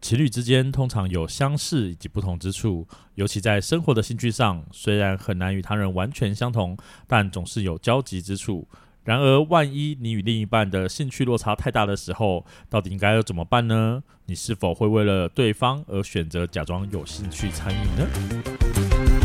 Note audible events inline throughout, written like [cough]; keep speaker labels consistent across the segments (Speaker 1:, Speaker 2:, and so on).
Speaker 1: 情侣之间通常有相似以及不同之处，尤其在生活的兴趣上，虽然很难与他人完全相同，但总是有交集之处。然而，万一你与另一半的兴趣落差太大的时候，到底应该要怎么办呢？你是否会为了对方而选择假装有兴趣参与呢？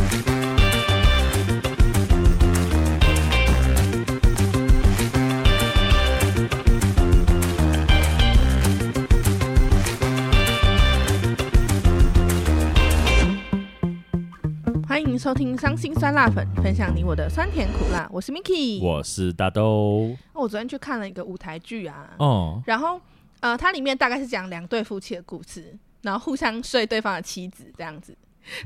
Speaker 2: 欢迎收听《伤心酸辣粉》，分享你我的酸甜苦辣。我是 Miki。
Speaker 1: 我是大豆。
Speaker 2: 哦我昨天去看了一个舞台剧啊，
Speaker 1: 哦，
Speaker 2: 然后呃，它里面大概是讲两对夫妻的故事，然后互相睡对方的妻子这样子。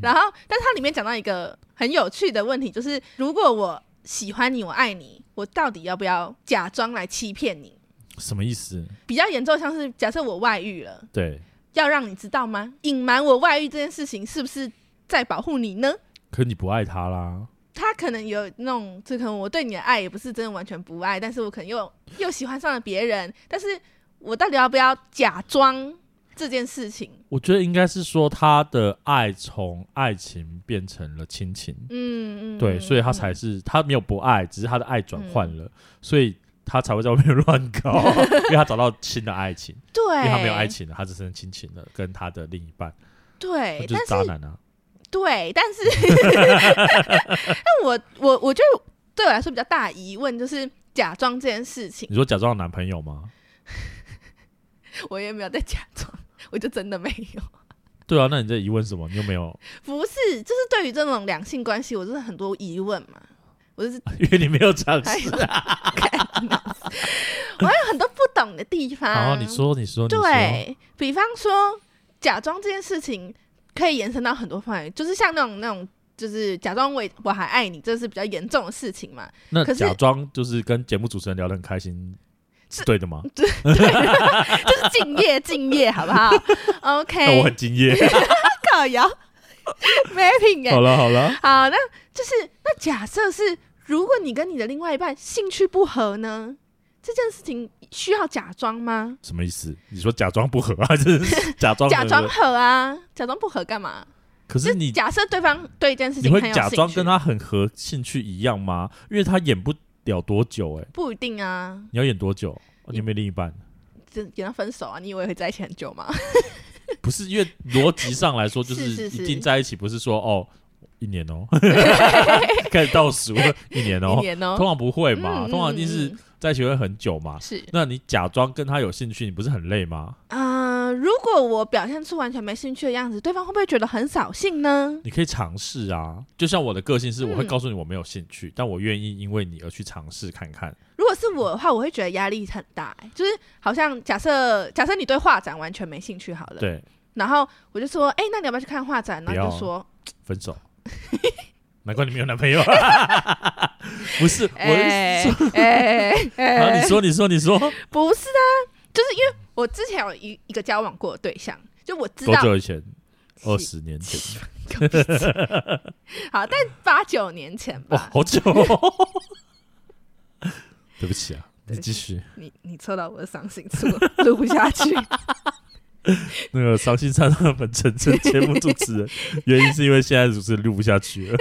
Speaker 2: 然后，但是它里面讲到一个很有趣的问题，就是如果我喜欢你，我爱你，我到底要不要假装来欺骗你？
Speaker 1: 什么意思？
Speaker 2: 比较严重，像是假设我外遇了，
Speaker 1: 对，
Speaker 2: 要让你知道吗？隐瞒我外遇这件事情，是不是在保护你呢？
Speaker 1: 可你不爱他啦。
Speaker 2: 他可能有那种，就可能我对你的爱也不是真的完全不爱，但是我可能又又喜欢上了别人，但是我到底要不要假装这件事情？
Speaker 1: 我觉得应该是说他的爱从爱情变成了亲情，
Speaker 2: 嗯嗯，
Speaker 1: 对，
Speaker 2: 嗯
Speaker 1: 所以他
Speaker 2: 嗯
Speaker 1: 才是他没有不爱，只是他的爱转换了，所以他才会在外面 [laughs] 乱
Speaker 2: [laughs]
Speaker 1: 搞，因为他找到新的爱情，
Speaker 2: 对，
Speaker 1: 因为他没有爱情了，他只剩亲情了，跟他的另一半，
Speaker 2: 对
Speaker 1: 那，就是
Speaker 2: 但是
Speaker 1: 渣男啊。
Speaker 2: 对，但是，但我我我觉得对我来说比较大的疑问就是假装这件事情，
Speaker 1: 你说假装有男朋友吗？
Speaker 2: 我也没有在假装，我就真的没有。
Speaker 1: 对啊，那你在疑问什么？你又没有， [laughs]
Speaker 2: 不是，就是对于这种两性关系，我真的很多疑问嘛。我就是
Speaker 1: 因为你没有尝
Speaker 2: 还
Speaker 1: 试啊
Speaker 2: 有。我还有很多不懂的地方。
Speaker 1: 好，你说，你说，你说，
Speaker 2: 啊对比方说，假装这件事情可以延伸到很多范围，就是像那种那种，就是假装我我还爱你，这是比较严重的事
Speaker 1: [laughs]
Speaker 2: 情嘛。
Speaker 1: 那
Speaker 2: 可是
Speaker 1: 假装就是跟节目主持人聊得很开心，是对的吗？
Speaker 2: [laughs] 就是敬业敬业，好不好哦
Speaker 1: [laughs] 那我
Speaker 2: ？OK，
Speaker 1: 很敬业。
Speaker 2: 靠摇，
Speaker 1: [laughs]
Speaker 2: 没品哎、
Speaker 1: 好了，好了。
Speaker 2: 好，那就是那假设是，如果你跟你的另外一半兴趣不合呢，这件事情需要假装吗？
Speaker 1: 什么意思？你说假装不合 [laughs] 还是假装合
Speaker 2: 假装？合啊，假装不合干嘛？
Speaker 1: 可是你
Speaker 2: 假设对方对一件事
Speaker 1: 你
Speaker 2: 情
Speaker 1: 会
Speaker 2: 很有
Speaker 1: 假装
Speaker 2: 兴趣
Speaker 1: 跟他很合，兴趣一样吗？因为他演不了多久、欸，
Speaker 2: 不一定啊，
Speaker 1: 你要演多久？哦、你有没有另一半？
Speaker 2: 就跟他分手啊，你以为会在一起很久吗？
Speaker 1: 不是，因为逻辑上来说，就是
Speaker 2: [laughs] 是是
Speaker 1: 一定在一起，不是说哦一年
Speaker 2: [laughs]
Speaker 1: 哦， [laughs] 开始倒数了一年
Speaker 2: 一
Speaker 1: 哦，
Speaker 2: 年哦、
Speaker 1: 通常不会嘛，
Speaker 2: 嗯
Speaker 1: 通常一定是
Speaker 2: 嗯嗯
Speaker 1: 在一起会很久嘛。
Speaker 2: 是
Speaker 1: 那你假装跟他有兴趣，你不是很累吗？
Speaker 2: 啊、呃如果我表现出完全没兴趣的样子，对方会不会觉得很扫兴呢？
Speaker 1: 你可以尝试啊，就像我的个性是，我会
Speaker 2: 嗯
Speaker 1: 告诉你我没有兴趣，但我愿意因为你而去尝试看看。
Speaker 2: 如果是我的话，我会觉得压力很大、欸就是好像假设假设你对画展完全没兴趣好了，
Speaker 1: 对，
Speaker 2: 然后我就说，哎、那你要不要去看画展？然后你
Speaker 1: 不要
Speaker 2: 就说，
Speaker 1: 分手。 [laughs] 难怪你没有男朋友， [laughs] 不是我
Speaker 2: 哎
Speaker 1: 的意思
Speaker 2: 哎
Speaker 1: 说啊！
Speaker 2: 哎
Speaker 1: 你，说，你说，你说，
Speaker 2: 不是啊，就是因为我之前有一一个交往过的对象，就我知
Speaker 1: 多
Speaker 2: 道
Speaker 1: 久以前？
Speaker 2: 是
Speaker 1: 二十年前，
Speaker 2: 好，但八九年前
Speaker 1: 哇，
Speaker 2: 吧，
Speaker 1: 好久哦。 [laughs] 对不起啊，
Speaker 2: 对
Speaker 1: 你
Speaker 2: 不
Speaker 1: 继
Speaker 2: 起
Speaker 1: 续。
Speaker 2: 你你戳到我的伤心处，录不下去。
Speaker 1: 那个伤心三上本成真节目主持
Speaker 2: [laughs]
Speaker 1: 人，原因是因为现在主持人录不下去了。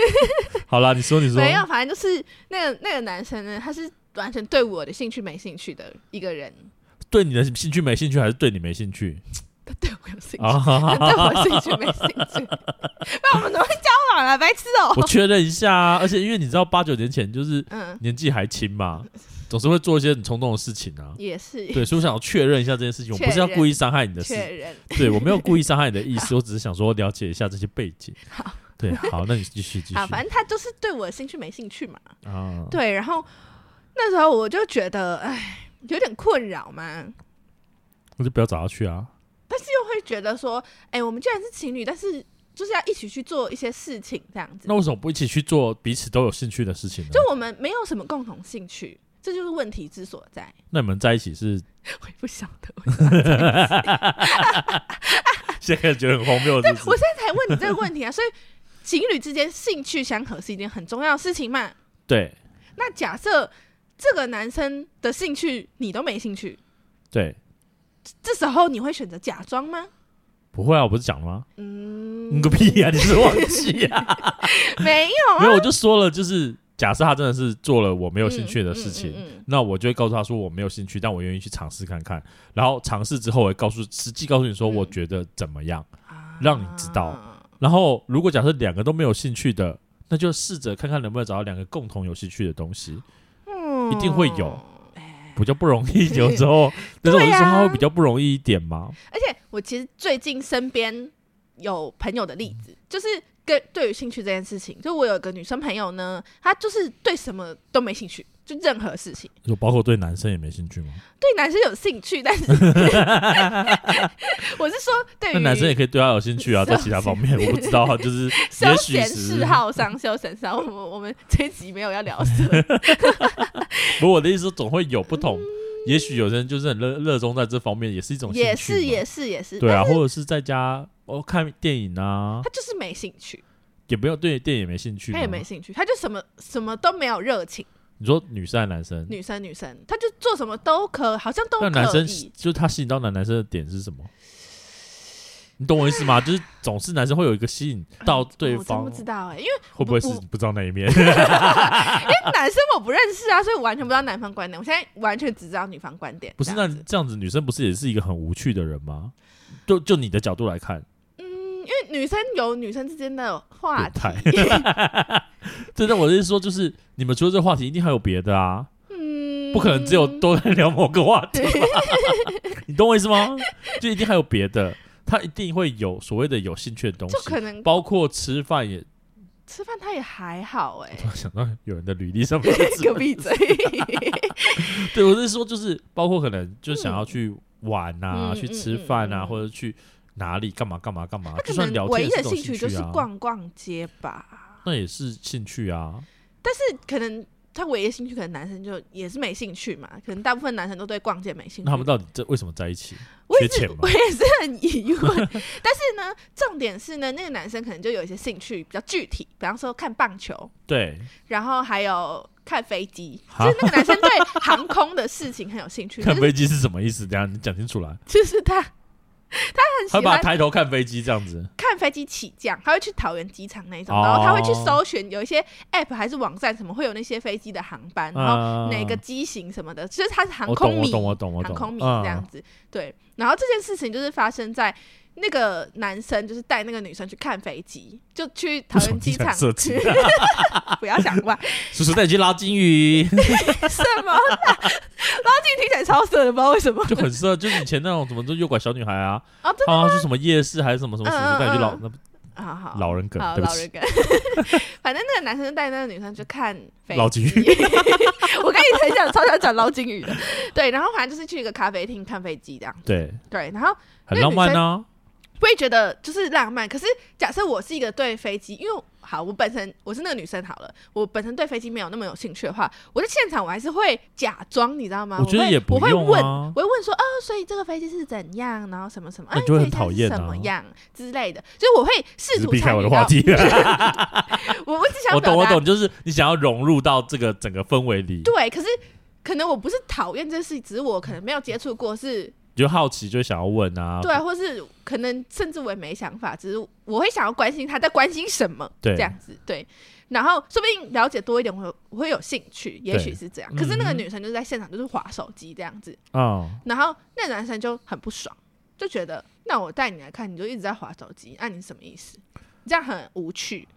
Speaker 1: 好啦，你说，你说，
Speaker 2: 没有，反正就是那个那个男生呢，他是完全对我的兴趣没兴趣的一个人，
Speaker 1: 对你的兴趣没兴趣，还是对你没兴趣
Speaker 2: 他对我有兴趣，
Speaker 1: 啊？
Speaker 2: 他 [laughs] 对我兴趣没兴趣，那我们怎么会交往啊？白痴哦、
Speaker 1: 我确认一下啊，而且因为你知道，八九年前就是
Speaker 2: 嗯，
Speaker 1: 年纪还轻嘛，总是会做一些很冲动的事情啊。
Speaker 2: 也是
Speaker 1: 对，所以我想要确认一下这件事情，我
Speaker 2: 确
Speaker 1: 不是要故意伤害你的
Speaker 2: 确
Speaker 1: 事，
Speaker 2: 认。
Speaker 1: 对我没有故意伤害你的意
Speaker 2: [laughs]
Speaker 1: 思，我只是想说了解一下这些背景。
Speaker 2: 好，
Speaker 1: 对，好，那你继续继续
Speaker 2: 好，反正他就是对我的兴趣没兴趣嘛。
Speaker 1: 啊，
Speaker 2: 对，然后那时候我就觉得，哎，有点困扰嘛。
Speaker 1: 那就不要找他去啊。
Speaker 2: 会觉得说，哎、我们既然是情侣，但是就是要一起去做一些事情，这样子
Speaker 1: 那。为什么不一起去做彼此都有兴趣的事情呢？
Speaker 2: 就我们没有什么共同兴趣，这就是问题之所在。 [laughs]
Speaker 1: 那你们在一起是
Speaker 2: 我也不晓得，
Speaker 1: 现在开始觉得很荒
Speaker 2: [laughs]
Speaker 1: 谬，是不
Speaker 2: 我
Speaker 1: 是？
Speaker 2: 现在才问你这个问题啊。所以情侣之间兴趣相合是一件很重要的事情嘛。
Speaker 1: 对
Speaker 2: 那假设这个男生的兴趣你都没兴趣，
Speaker 1: 对，
Speaker 2: 这时候你会选择假装吗？
Speaker 1: 不会啊，我不是讲了吗？
Speaker 2: 嗯
Speaker 1: 嗯个屁啊！你是忘记啊？
Speaker 2: [laughs] 没有啊，
Speaker 1: 没有，我就说了，就是假设他真的是做了我没有兴趣的事情，
Speaker 2: 嗯嗯嗯嗯
Speaker 1: 那我就会告诉他说我没有兴趣，但我愿意去尝试看看。然后尝试之后，我会告诉实际告诉你说
Speaker 2: 嗯
Speaker 1: 我觉得怎么样。
Speaker 2: 啊
Speaker 1: 让你知道然后如果假设两个都没有兴趣的，那就试着看看能不能找到两个共同有兴趣的东西，
Speaker 2: 嗯
Speaker 1: 一定会有。
Speaker 2: 哎
Speaker 1: 比较不容易。有时候，但是我就说他会比较不容易一点嘛。
Speaker 2: 而且我其实最近身边有朋友的例
Speaker 1: 嗯
Speaker 2: 子，就是跟对于兴趣这件事情，就我有一个女生朋友呢，她就是对什么都没兴趣，就任何事情。
Speaker 1: 就包括对男生也没兴趣吗？
Speaker 2: 对男生有兴趣，但是 [laughs] 我是说对于
Speaker 1: 那男生也可以对他有兴趣啊，在其他方面我不知道啊，就是
Speaker 2: [laughs] 休
Speaker 1: 也许
Speaker 2: 闲
Speaker 1: 是
Speaker 2: 嗜。好上，休闲嗜好，我们我们这一集没有要
Speaker 1: 哦
Speaker 2: 聊色，
Speaker 1: 不过我的意思说，总会有不同。也许有些人就是很热热衷在这方面，也是一种兴趣嘛
Speaker 2: 也是也是也是，
Speaker 1: 对啊，或者是在家哦看电影啊
Speaker 2: 但，他就是没兴趣，
Speaker 1: 也没有对电影也没兴趣吗。
Speaker 2: 他也没兴趣，他就什么什么都没有热情。
Speaker 1: 你说女生还是男生？
Speaker 2: 女生女生，他就做什么都可，好像都可
Speaker 1: 那
Speaker 2: 以。
Speaker 1: 男生就是他吸引到男男生的点是什么？你懂我意思
Speaker 2: [laughs]
Speaker 1: 吗？就是总是男生会有一个吸引到对
Speaker 2: 哦我
Speaker 1: 方，
Speaker 2: 真不知道哎、因为
Speaker 1: 会不会是
Speaker 2: 我
Speaker 1: 你不知道那一面？
Speaker 2: 男生我不认识啊，所以我完全不知道男方观点。我现在完全只知道女方观点。
Speaker 1: 不是，
Speaker 2: 这
Speaker 1: 那
Speaker 2: 样子
Speaker 1: 这样子女生不是也是一个很无趣的人吗？就就你的角度来看，
Speaker 2: 嗯，因为女生有女生之间的话
Speaker 1: 变
Speaker 2: 题，
Speaker 1: 态。 [laughs] 对，但我的意思说，就是你们除了这个话题，一定还有别的啊，
Speaker 2: 嗯，
Speaker 1: 不可能只有都在聊某个话题吧 [laughs] 你懂我意思吗？就一定还有别的，他一定会有所谓的有兴趣的东西
Speaker 2: 就，可能
Speaker 1: 包括吃饭也。
Speaker 2: 吃饭，他也还好哎、 [laughs]
Speaker 1: 突然想到有人的履历上面是
Speaker 2: 给我闭嘴！ [laughs]
Speaker 1: 对，我是说，就是包括可能就想要去玩啊，
Speaker 2: 嗯
Speaker 1: 去
Speaker 2: 嗯
Speaker 1: 吃
Speaker 2: 嗯
Speaker 1: 饭啊，
Speaker 2: 嗯嗯
Speaker 1: 或者去哪里干嘛干嘛干嘛，
Speaker 2: 他
Speaker 1: 就
Speaker 2: 可
Speaker 1: 算聊
Speaker 2: 能
Speaker 1: 天也
Speaker 2: 唯一
Speaker 1: 是
Speaker 2: 的
Speaker 1: 一种
Speaker 2: 兴趣就是
Speaker 1: 啊，
Speaker 2: 逛逛街吧，
Speaker 1: 那也是兴趣啊。
Speaker 2: 但是可能他唯一的兴趣，可能男生就也是没兴趣嘛，可能大部分男生都对逛街没兴趣。
Speaker 1: 那他们到底这为什么在一起？
Speaker 2: 我也
Speaker 1: 缺
Speaker 2: 是
Speaker 1: 钱吗
Speaker 2: 我也是很 [laughs] 疑问，但是呢，重点是呢，那个男生可能就有一些兴趣比较具体，比方说看棒球，
Speaker 1: 对，
Speaker 2: 然后还有看飞机，
Speaker 1: 哈
Speaker 2: 就是那个男生对航空的事情很有兴 [laughs] 趣，
Speaker 1: 看
Speaker 2: 就是
Speaker 1: 飞机是什么意思？等一下你讲清楚来。
Speaker 2: 就是他他很
Speaker 1: 他
Speaker 2: 喜
Speaker 1: 把
Speaker 2: 欢
Speaker 1: 抬头看飞机这样子，
Speaker 2: 看飞机起降，他会去桃园机场那一种，
Speaker 1: 哦
Speaker 2: 然后他会去搜寻有一些 app 还是网站什么会有那些飞机的航班，然后
Speaker 1: 啊
Speaker 2: 哪个机型什么的，就是他是航
Speaker 1: 我懂
Speaker 2: 空
Speaker 1: 我
Speaker 2: 迷，
Speaker 1: 懂我懂我懂
Speaker 2: 航空迷
Speaker 1: 嗯
Speaker 2: 这样子。对，然后这件事情就是发生在那个男生就是带那个女生去看飞机，就去桃
Speaker 1: 为什么
Speaker 2: 园机
Speaker 1: 你想
Speaker 2: 场，
Speaker 1: 设计？
Speaker 2: [laughs] 不要想歪，
Speaker 1: 叔叔带你去捞金鱼，
Speaker 2: 什么啦？然后自己听起来超色的，不知道为什么
Speaker 1: 就很适合，就是以前那种什么就诱拐小女孩啊，
Speaker 2: 哦，真的
Speaker 1: 啊，去什么夜市还是什么什么，叔叔带你去捞
Speaker 2: 嗯嗯
Speaker 1: 那
Speaker 2: 好好
Speaker 1: 老人梗
Speaker 2: 好
Speaker 1: 对不
Speaker 2: 老
Speaker 1: 起
Speaker 2: 人梗， [laughs] 反正那个男生就带那个女生去看飞
Speaker 1: 捞金鱼。
Speaker 2: [laughs] 我跟你很想超想讲捞金鱼的，对，然后反正就是去一个咖啡厅看飞机这样，
Speaker 1: 对，
Speaker 2: 对，然后
Speaker 1: 很
Speaker 2: 那
Speaker 1: 浪
Speaker 2: 女
Speaker 1: 漫
Speaker 2: 生
Speaker 1: 啊。
Speaker 2: 会觉得就是浪漫。可是假设我是一个对飞机，因为好，我本身我是那个女生好了，我本身对飞机没有那么有兴趣的话，我在现场我还是会假装，你知道吗？
Speaker 1: 我觉得
Speaker 2: 会
Speaker 1: 也不
Speaker 2: 我会
Speaker 1: 用
Speaker 2: 问，
Speaker 1: 啊
Speaker 2: 我会问说，哦，所以这个飞机是怎样，然后什么什么，
Speaker 1: 那
Speaker 2: 啊，
Speaker 1: 你就会
Speaker 2: 这
Speaker 1: 很
Speaker 2: 一架
Speaker 1: 讨
Speaker 2: 是
Speaker 1: 厌
Speaker 2: 什么
Speaker 1: 啊
Speaker 2: 样之类的，就是我会试
Speaker 1: 只是
Speaker 2: 图
Speaker 1: 避开 [laughs]
Speaker 2: 参
Speaker 1: 我的
Speaker 2: 与
Speaker 1: 话
Speaker 2: 到。
Speaker 1: 题。啊
Speaker 2: 我我只 [laughs] 想
Speaker 1: 我
Speaker 2: 表
Speaker 1: 懂，我
Speaker 2: 达
Speaker 1: 懂，就是你想要融入到这个整个氛围里，
Speaker 2: 对，可是可能我不是讨厌这事，只是我可能没有接触过是。
Speaker 1: 你就好奇，就想要问啊。
Speaker 2: 对，或是可能甚至我也没想法，只是我会想要关心他在关心什么，
Speaker 1: 对
Speaker 2: 这样子对。然后说不定了解多一点，我我会有兴趣，也许是这样。可是那个
Speaker 1: 嗯
Speaker 2: 女生就是在现场就是划手机这样子，
Speaker 1: 嗯，
Speaker 2: 然后那个男生就很不爽，就觉得那我带你来看，你就一直在划手机，那、啊你什么意思？你这样很无趣。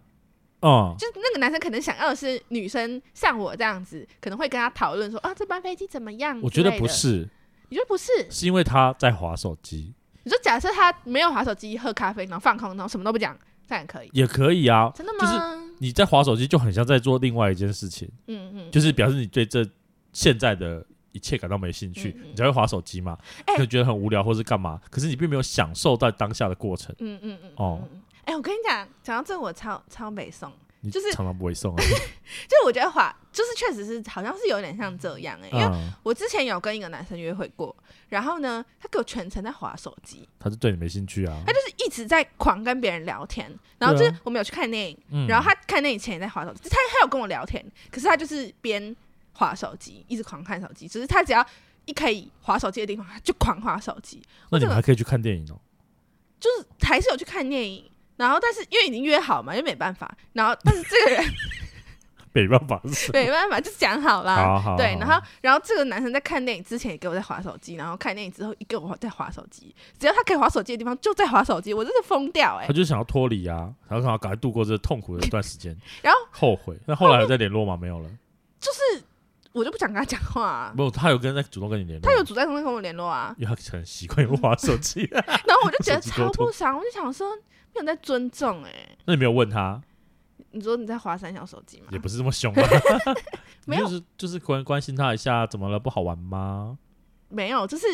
Speaker 1: 嗯，
Speaker 2: 就是那个男生可能想要的是女生像我这样子，可能会跟他讨论说啊，这班飞机怎么样？
Speaker 1: 我觉得不，是，
Speaker 2: 你觉得不是？
Speaker 1: 是因为他在划手机，
Speaker 2: 你说假设他没有划手机、喝咖啡，然后放空，然后什么都不讲，这样也可以。
Speaker 1: 也可以啊。
Speaker 2: 真的
Speaker 1: 就是
Speaker 2: 吗？
Speaker 1: 你在划手机就很像在做另外一件事情，
Speaker 2: 嗯嗯，
Speaker 1: 就是表示你对这现在的一切感到没兴趣，
Speaker 2: 嗯嗯
Speaker 1: 你才会划手机嘛，
Speaker 2: 哎
Speaker 1: 就觉得很无聊或是干嘛，可是你并没有享受到当下的过程。
Speaker 2: 嗯嗯嗯。
Speaker 1: 哦，
Speaker 2: 哎、我跟你讲，讲到这我超超北宋，
Speaker 1: 你
Speaker 2: 就是
Speaker 1: 常常不会
Speaker 2: [laughs]
Speaker 1: 送啊。
Speaker 2: 就是我觉得滑，就是确实是好像是有点像这样哎、因为
Speaker 1: 嗯，
Speaker 2: 我之前有跟一个男生约会过，然后呢，他给我全程在滑手机，
Speaker 1: 他就对你没兴趣啊
Speaker 2: 他。就是一直在狂跟别人聊天，然后就
Speaker 1: 对啊
Speaker 2: 是我们有去看电影，
Speaker 1: 嗯
Speaker 2: 然后他看电影前也在滑手机，他他有跟我聊天，可是他就是边滑手机，一直狂看手机，只是他只要一可以滑手机的地方，他就狂滑手机，
Speaker 1: 那你
Speaker 2: 这
Speaker 1: 们
Speaker 2: 个
Speaker 1: 还可以去看电影哦。
Speaker 2: 就是还是有去看电影，然后但是因为已经约好嘛，就没办法。然后
Speaker 1: [laughs]
Speaker 2: 但是这个人
Speaker 1: 没办
Speaker 2: [laughs]
Speaker 1: 法是
Speaker 2: 没办法，就讲好啦。
Speaker 1: 好好
Speaker 2: 啊对，
Speaker 1: 好
Speaker 2: 然后然后这个男生在看电影之前也给我在划手机，然后看电影之后也给我在划手机，只要他可以划手机的地方就在划手机，我真的疯
Speaker 1: [laughs]
Speaker 2: 掉哎、
Speaker 1: 他就想要脱离啊，他想要赶快度过这痛苦的一段时间，
Speaker 2: [laughs] 然后
Speaker 1: 后悔。那后来有再联络吗？没有了。
Speaker 2: 就是我就不想跟他讲话啊、
Speaker 1: 没有，他有跟在主动跟你联络，
Speaker 2: 他有主动跟我联络啊，
Speaker 1: 因为他很习惯用滑手机。啊
Speaker 2: 然后我就觉得
Speaker 1: 手机沟
Speaker 2: 超
Speaker 1: 通
Speaker 2: 不爽，我就想说没有在尊重哎、
Speaker 1: [laughs] 那你没有问他，
Speaker 2: 你说你在划三小手机吗
Speaker 1: 也？不是这么凶啊。
Speaker 2: [laughs] 没有
Speaker 1: 就是就是关关心他一下，怎么了？不好玩吗？
Speaker 2: 没有，就是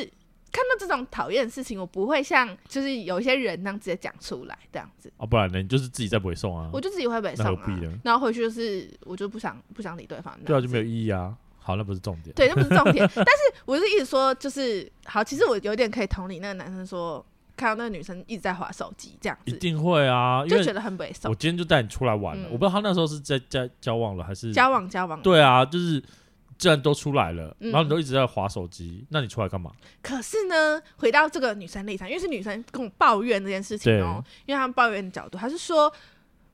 Speaker 2: 看到这种讨厌的事情，我不会像就是有一些人那样直接讲出来这样子，
Speaker 1: 啊，不然呢？你就是自己在不会送啊
Speaker 2: 我。就自己会被
Speaker 1: 那
Speaker 2: 送
Speaker 1: 何
Speaker 2: 啊
Speaker 1: 必呢。
Speaker 2: 然后回去就是我就不想不想理对方那样子，
Speaker 1: 对啊，就没有意义啊。好，那不是重点。
Speaker 2: 对，那不是重点。 [laughs] 但是我是一直说，就是好，其实我有点可以同理那个男生说，看到那个女生一直在划手机这样
Speaker 1: 一
Speaker 2: 子，
Speaker 1: 定会啊，因
Speaker 2: 就
Speaker 1: 为
Speaker 2: 觉得很猥
Speaker 1: 我
Speaker 2: 琐。
Speaker 1: 今天就带你出来玩了。
Speaker 2: 嗯
Speaker 1: 我不知道他那时候是在在交往了还是
Speaker 2: 交往交往，
Speaker 1: 对啊，就是既然都出来了，
Speaker 2: 嗯
Speaker 1: 然后你都一直在划手机，那你出来干嘛？
Speaker 2: 可是呢，回到这个女生立场，因为是女生跟我抱怨这件事情哦、因为她们抱怨的角度，她是说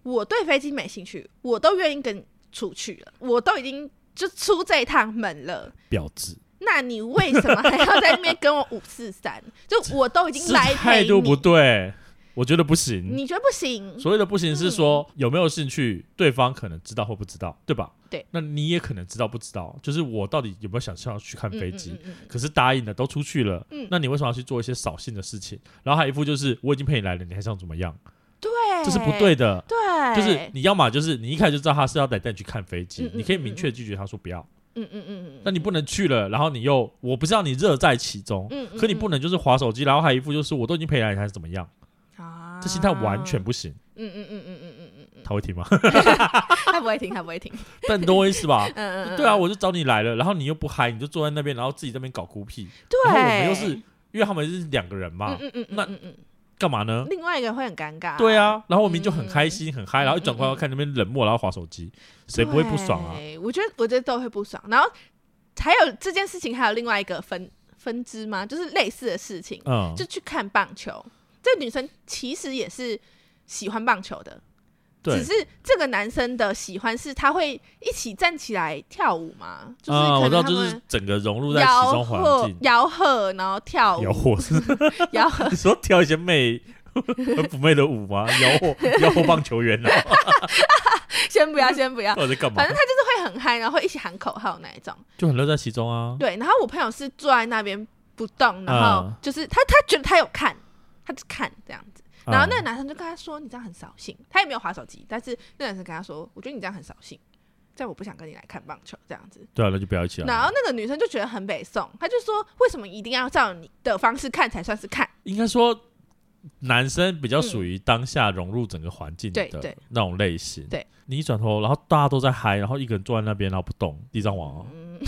Speaker 2: 我对飞机没兴趣，我都愿意跟你出去了，我都已经就出这一趟门了。
Speaker 1: 婊子，
Speaker 2: 那你为什么还要在那边跟我五四三？ [laughs] 就我都已经
Speaker 1: 是
Speaker 2: 来
Speaker 1: 态
Speaker 2: 陪
Speaker 1: 度不
Speaker 2: 你，
Speaker 1: 对，我觉得不行。
Speaker 2: 你觉得不行？
Speaker 1: 所谓的不行是说、
Speaker 2: 嗯
Speaker 1: 有没有兴趣，对方可能知道或不知道，对吧？
Speaker 2: 对，
Speaker 1: 那你也可能知道不知道，就是我到底有没有想象要去看
Speaker 2: 嗯
Speaker 1: 飞机？
Speaker 2: 嗯嗯嗯
Speaker 1: 可是答应了，都出去了，
Speaker 2: 嗯
Speaker 1: 那你为什么要去做一些扫兴的事情？然后还有一副就是我已经陪你来了，你还想怎么样？
Speaker 2: 对，
Speaker 1: 这是不对的。
Speaker 2: 对，
Speaker 1: 就是你要么就是你一开始就知道他是要带带你去看飞机，
Speaker 2: 哎嗯嗯
Speaker 1: 你可以明确拒绝他说不要，
Speaker 2: 嗯嗯嗯
Speaker 1: 那
Speaker 2: 嗯
Speaker 1: 你不能去了，然后你又我不知道你乐在其中，
Speaker 2: 嗯嗯，
Speaker 1: 可你不能就是划手机，然后还一副就是我都已经陪了你还是怎么样，
Speaker 2: 能啊
Speaker 1: 这心态完全不行，
Speaker 2: 嗯嗯嗯嗯嗯嗯嗯，
Speaker 1: 他会听吗？ [laughs]
Speaker 2: 他不会听，他不会听，
Speaker 1: 但你懂我意思吧？
Speaker 2: [laughs] 嗯嗯，
Speaker 1: 对啊，我就找你来了，然后你又不嗨，你就坐在那边，然后自己在那边搞孤僻，
Speaker 2: 对，
Speaker 1: 然后我们又是因为他们是两个人嘛，
Speaker 2: 嗯嗯嗯嗯
Speaker 1: 干嘛呢
Speaker 2: 嗯，？另外一个人会很尴尬，
Speaker 1: 对
Speaker 2: 啊，嗯
Speaker 1: 啊，然后我明明就很开心很嗨，然后一转过来看那边冷漠，然后划手机，谁不会不爽啊？？
Speaker 2: 我觉得我觉得都会不爽，然后还有这件事情还有另外一个分分支吗？就是类似的事情，
Speaker 1: 嗯，
Speaker 2: 就去看棒球，这女生其实也是喜欢棒球的。
Speaker 1: 对
Speaker 2: 只，是这个男生的喜欢是他会一起站起来跳舞嘛，就是
Speaker 1: 啊，我
Speaker 2: 可
Speaker 1: 知道，
Speaker 2: 能他
Speaker 1: 就是
Speaker 2: 们
Speaker 1: 整个融入在其
Speaker 2: 吆
Speaker 1: 中环
Speaker 2: 喝
Speaker 1: 境。
Speaker 2: 吆喝，然后跳舞
Speaker 1: 吆，喝是
Speaker 2: 吆喝
Speaker 1: [laughs]
Speaker 2: [laughs]
Speaker 1: 你说跳一些媚和妩媚的舞吗？吆喝吆喝棒球员啊，
Speaker 2: [laughs] 先不要，先
Speaker 1: [laughs]
Speaker 2: 不要
Speaker 1: 到，底在干嘛
Speaker 2: 反？正他就是会很嗨，然后会一起喊口号那一种。
Speaker 1: 就很乐在其中啊。
Speaker 2: 对，然后我朋友是坐在那边不动，然后
Speaker 1: 嗯
Speaker 2: 就是他他觉得他有看，他就看这样子。然后那个
Speaker 1: 嗯
Speaker 2: 男生就跟他说：“你这样很扫兴。”他也没有划手机，但是那男生跟他说：“我觉得你这样很扫兴，这样我不想跟你来看棒球这样子。”
Speaker 1: 对啊，那就不要一起
Speaker 2: 然
Speaker 1: 了。
Speaker 2: 后那个女生就觉得很北宋，她就说：“为什么一定要照你的方式看才算是看
Speaker 1: 应该说，男生比较属于当下融入整个环境
Speaker 2: 嗯对
Speaker 1: 的
Speaker 2: 对
Speaker 1: 那种类型。
Speaker 2: 对，
Speaker 1: 你一转头，然后大家都在嗨，然后一个人坐在那边，然后不动，地藏王哦，？”
Speaker 2: 嗯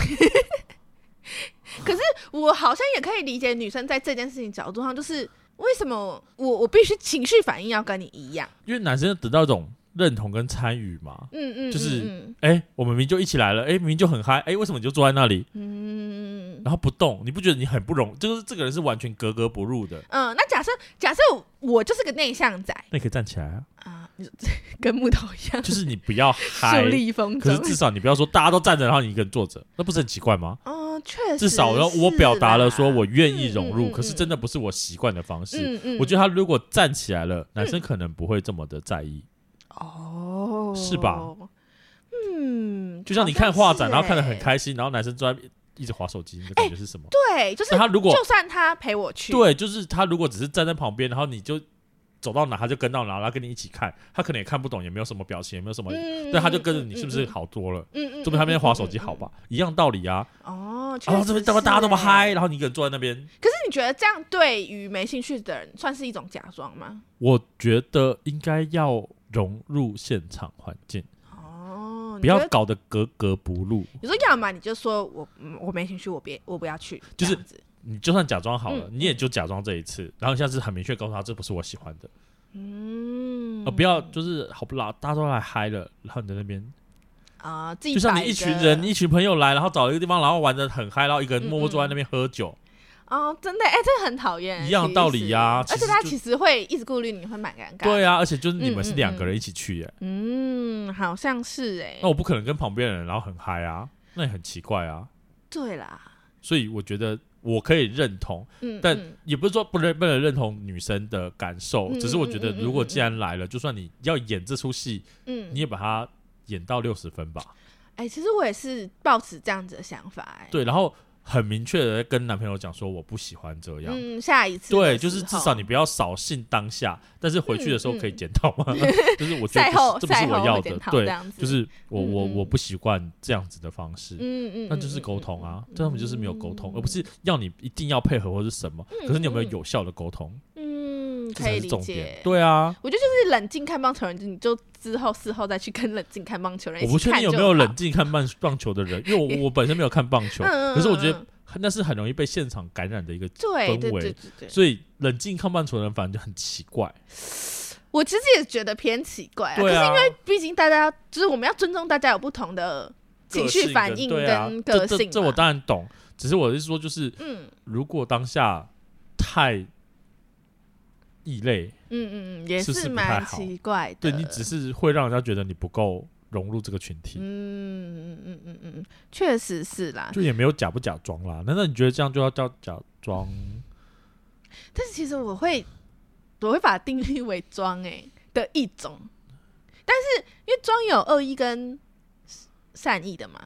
Speaker 2: 我好像也可以理解女生在这件事情角度上，就是为什么我我必须情绪反应要跟你一样？
Speaker 1: 因为男生得到一种认同跟参与嘛。
Speaker 2: 嗯嗯，
Speaker 1: 就是
Speaker 2: 嗯
Speaker 1: 哎、我们明明就一起来了，哎、明明就很嗨，哎、为什么你就坐在那里，
Speaker 2: 嗯嗯
Speaker 1: 然后不动？你不觉得你很不容？就是这个人是完全格格不入的。
Speaker 2: 嗯。那假设假设我就是个内向仔
Speaker 1: 那你可以站起来
Speaker 2: [laughs]
Speaker 1: 啊，
Speaker 2: 啊，你说跟木头一样，
Speaker 1: 就是你不要嗨
Speaker 2: 树，立风
Speaker 1: 可是
Speaker 2: 筝。
Speaker 1: 至少你不要说大家都站着，然后你一个人坐着，那不是很奇怪吗？
Speaker 2: 哦，确实，
Speaker 1: 至少要我表达了说，我愿意
Speaker 2: 嗯
Speaker 1: 融入，
Speaker 2: 嗯
Speaker 1: 可是
Speaker 2: 嗯
Speaker 1: 真的不是我习惯的方式。
Speaker 2: 嗯嗯，
Speaker 1: 我觉得他如果站起来了，男生可能不会这么的在意。
Speaker 2: 得哦，
Speaker 1: 是吧？
Speaker 2: 嗯，
Speaker 1: 就像你看画展，然
Speaker 2: 好像是哎
Speaker 1: 后看得很
Speaker 2: 欸
Speaker 1: 开心，然后男生坐在一直划手机，你的感觉是什么？
Speaker 2: 对，就是
Speaker 1: 那他如果
Speaker 2: 就算他陪我去，
Speaker 1: 对，就是他如果只是站在旁边，然后你就走到哪他就跟到哪，然后跟你一起看，他可能也看不懂，也没有什么表情，也没有什么，
Speaker 2: 嗯，嗯，
Speaker 1: 但他就跟着你，是不是好多了？
Speaker 2: 嗯？嗯嗯，
Speaker 1: 这比他们在划手机
Speaker 2: 嗯
Speaker 1: 好？吧？一样道理啊。
Speaker 2: 嗯嗯哦，确
Speaker 1: 然后
Speaker 2: 实
Speaker 1: 这边大家大家那么
Speaker 2: 是
Speaker 1: 嗨，
Speaker 2: 欸。
Speaker 1: 然后你一个人坐在那边，
Speaker 2: 可是你觉得这样对于没兴趣的人算是一种假装吗？
Speaker 1: 我觉得应该要融入现场环境，
Speaker 2: 哦，你
Speaker 1: 不要
Speaker 2: 觉得
Speaker 1: 搞得格格不入。
Speaker 2: 你说要么你就说我嗯我没兴趣，我别我不要去，
Speaker 1: 就是
Speaker 2: 这样子
Speaker 1: 你就算假装好了，
Speaker 2: 嗯
Speaker 1: 你也就假装这一次，然后下次很明确告诉他这不是我喜欢的，
Speaker 2: 嗯
Speaker 1: 呃，不要就是好不啦，大家都来嗨了，然后你在那边，
Speaker 2: 啊，自己
Speaker 1: 就像你
Speaker 2: 摆
Speaker 1: 一群
Speaker 2: 着
Speaker 1: 人、一群朋友来，然后找一个地方，然后玩的很嗨，然后一个人默默坐在那边喝酒，
Speaker 2: 哦，真的，哎、这很讨厌，
Speaker 1: 一样道理呀
Speaker 2: 其实
Speaker 1: 其
Speaker 2: 而且
Speaker 1: 实
Speaker 2: 他
Speaker 1: 就
Speaker 2: 其实会一直顾虑你会蛮尴尬。
Speaker 1: 对
Speaker 2: 啊，
Speaker 1: 啊，而且就是你
Speaker 2: 嗯
Speaker 1: 们是
Speaker 2: 嗯
Speaker 1: 两个
Speaker 2: 嗯
Speaker 1: 人一起去耶、哦
Speaker 2: 嗯，好像是哎、
Speaker 1: 那我不可能跟旁边的人然后很嗨啊，那也很奇怪啊。
Speaker 2: 对啦，
Speaker 1: 所以我觉得我可以认同，
Speaker 2: 嗯，
Speaker 1: 但
Speaker 2: 嗯
Speaker 1: 也不是说不能不能认同女生的感受，
Speaker 2: 嗯
Speaker 1: 只是我觉得
Speaker 2: 嗯嗯嗯
Speaker 1: 如果
Speaker 2: 嗯
Speaker 1: 既然来了，就算你要演这出戏，
Speaker 2: 嗯
Speaker 1: 你也把它演到六十分吧。
Speaker 2: 哎、其实我也是抱持这样子的想法、哎，
Speaker 1: 对，然后很明确的跟男朋友讲说我不喜欢这样。
Speaker 2: 嗯，下一次的
Speaker 1: 啊对，就是
Speaker 2: 时
Speaker 1: 至
Speaker 2: 候
Speaker 1: 少你不要扫兴当下，但是回去的时候
Speaker 2: 嗯嗯嗯
Speaker 1: 可以检讨嘛。 [laughs] 就是我觉得
Speaker 2: 赛后
Speaker 1: 不是这不是
Speaker 2: 赛后
Speaker 1: 我要
Speaker 2: 会
Speaker 1: 的
Speaker 2: 检，讨这
Speaker 1: 对，
Speaker 2: 样子，
Speaker 1: 就是我我
Speaker 2: 嗯嗯
Speaker 1: 我不习惯这样子的方式。
Speaker 2: 嗯嗯，
Speaker 1: 那就是
Speaker 2: 嗯
Speaker 1: 沟通。
Speaker 2: 嗯嗯
Speaker 1: 啊，对他们就是没有沟通，
Speaker 2: 嗯
Speaker 1: 而不是要你一定要配合或是什么。
Speaker 2: 嗯
Speaker 1: 可是你有没有
Speaker 2: 嗯
Speaker 1: 有效的沟通，
Speaker 2: 嗯，
Speaker 1: 这
Speaker 2: 可
Speaker 1: 才
Speaker 2: 以
Speaker 1: 是
Speaker 2: 理
Speaker 1: 重点
Speaker 2: 解。。
Speaker 1: 对啊，
Speaker 2: 我觉得就是冷静看棒球人，你就之后事后再去跟冷静看棒球人一
Speaker 1: 我
Speaker 2: 起
Speaker 1: 不确定
Speaker 2: 看
Speaker 1: 有
Speaker 2: 就
Speaker 1: 没有
Speaker 2: 好
Speaker 1: 冷静看棒棒球的人，因
Speaker 2: [laughs]
Speaker 1: 为我我本身没有看棒球，
Speaker 2: 嗯嗯
Speaker 1: 可是我觉
Speaker 2: 嗯
Speaker 1: 得那是很容易被现场感染的一个，
Speaker 2: 对对
Speaker 1: 氛围
Speaker 2: 对对对，
Speaker 1: 所以冷静看棒球的人反正就很奇怪。
Speaker 2: 我其实也觉得偏奇怪、啊，
Speaker 1: 对啊，
Speaker 2: 毕竟大家就是我们要尊重大家有不同的情
Speaker 1: 个
Speaker 2: 绪
Speaker 1: 性
Speaker 2: 反
Speaker 1: 跟
Speaker 2: 应
Speaker 1: 对啊
Speaker 2: 跟，
Speaker 1: 这
Speaker 2: 个
Speaker 1: 这
Speaker 2: 性嘛。
Speaker 1: 这我当然懂，只是我是说，就是
Speaker 2: 嗯
Speaker 1: 如果当下太异类，
Speaker 2: 嗯嗯嗯，也
Speaker 1: 是不是不太
Speaker 2: 蛮
Speaker 1: 好
Speaker 2: 奇怪的。
Speaker 1: 对你只是会让人家觉得你不够融入这个群体。
Speaker 2: 呃嗯嗯嗯嗯嗯嗯，确实是啦。
Speaker 1: 就也没有假不假装啦。难道你觉得这样就要叫假装？
Speaker 2: 但是其实我会，我会把它定义为装哎、的一种，但是因为装有恶意跟善意的嘛。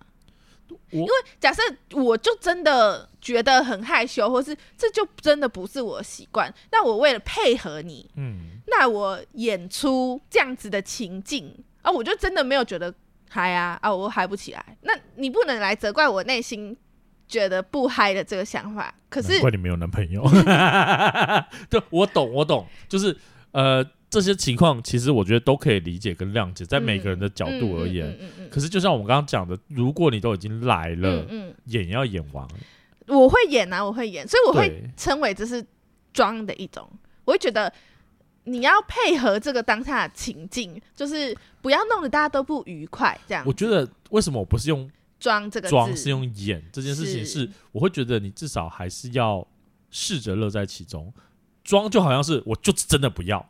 Speaker 1: 我
Speaker 2: 假设我就真的觉得很害羞，或是这就真的不是我的习惯，那我为了配合你，
Speaker 1: 嗯，
Speaker 2: 那我演出这样子的情境啊，我就真的没有觉得嗨啊啊，我嗨不起来。那你不能来责怪我内心觉得不嗨的这个想法。可是
Speaker 1: 难怪你没有男朋友。 [laughs] 对，我懂，我懂，就是呃，这些情况其实我觉得都可以理解跟谅解，在每个人的角度而言。
Speaker 2: 嗯嗯嗯嗯嗯
Speaker 1: 可是就像我们刚刚讲的，如果你都已经来了，
Speaker 2: 嗯嗯
Speaker 1: 演也要演完，
Speaker 2: 嗯，我会演啊，我会演，所以我会
Speaker 1: 对，
Speaker 2: 称为这是装的一种。我会觉得你要配合这个当下的情境，就是不要弄得大家都不愉快，这样
Speaker 1: 我觉得为什么我不是用
Speaker 2: 装这个
Speaker 1: 装，
Speaker 2: 字
Speaker 1: 是用演这件事情
Speaker 2: 是
Speaker 1: 是，我会觉得你至少还是要试着乐在其中。装就好像是我就是真的不要，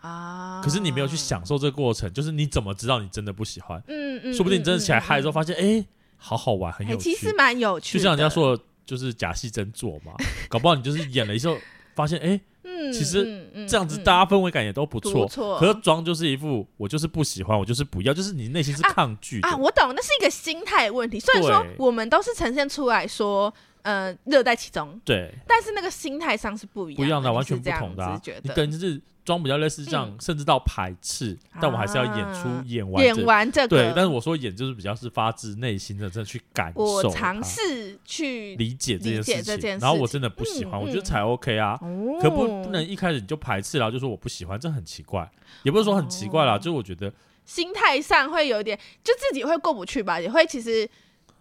Speaker 2: 啊，
Speaker 1: 可是你没有去，享受这个过程，就是你怎么知道你真的不喜欢？
Speaker 2: 嗯嗯，
Speaker 1: 说不定你真的起来嗨之后，
Speaker 2: 后，
Speaker 1: 发现哎、好好玩，很
Speaker 2: 哎
Speaker 1: 有
Speaker 2: 其
Speaker 1: 趣。
Speaker 2: 实蛮有趣，
Speaker 1: 就像人家，说的，就是假戏真做嘛，搞不好你就是演了
Speaker 2: [laughs]
Speaker 1: 一后，发现哎、
Speaker 2: 嗯，
Speaker 1: 其实
Speaker 2: 嗯嗯
Speaker 1: 这样子
Speaker 2: 嗯
Speaker 1: 大家氛围感也都不
Speaker 2: 不
Speaker 1: 错。
Speaker 2: 错，
Speaker 1: 可是装就是一副我就是不喜欢，我就是不要，就是你内心是
Speaker 2: 啊
Speaker 1: 抗拒的。
Speaker 2: 啊，我懂，那是一个心态问题。虽然说
Speaker 1: 对
Speaker 2: 我们都是呈现出来说，呃，乐在其中，
Speaker 1: 对，
Speaker 2: 但是那个心态上是不一样的，
Speaker 1: 不一样的，
Speaker 2: 你
Speaker 1: 完
Speaker 2: 是
Speaker 1: 全不
Speaker 2: 这样
Speaker 1: 同的啊、
Speaker 2: 子觉
Speaker 1: 你
Speaker 2: 得嗯
Speaker 1: 等于是装比较类似这样，甚至到排斥，但我还是要演出
Speaker 2: 啊
Speaker 1: 演完
Speaker 2: 演
Speaker 1: 整。
Speaker 2: 完这个，
Speaker 1: 对，但是我说演就是比较是发自内心的，真的去感
Speaker 2: 我
Speaker 1: 受它。
Speaker 2: 尝试去
Speaker 1: 理解这
Speaker 2: 理
Speaker 1: 件
Speaker 2: 解
Speaker 1: 事
Speaker 2: 这
Speaker 1: 情，
Speaker 2: 件
Speaker 1: 然后
Speaker 2: 事
Speaker 1: 我真的不喜
Speaker 2: 嗯
Speaker 1: 欢，我觉得
Speaker 2: 嗯
Speaker 1: 才 OK 啊。
Speaker 2: 哦
Speaker 1: 可不不能一开始你就排斥，然后就说我不喜欢，这很奇怪，也不是说很奇怪啦，
Speaker 2: 哦
Speaker 1: 就是我觉得
Speaker 2: 心态上会有点，就自己会过不去吧，也会其实
Speaker 1: 你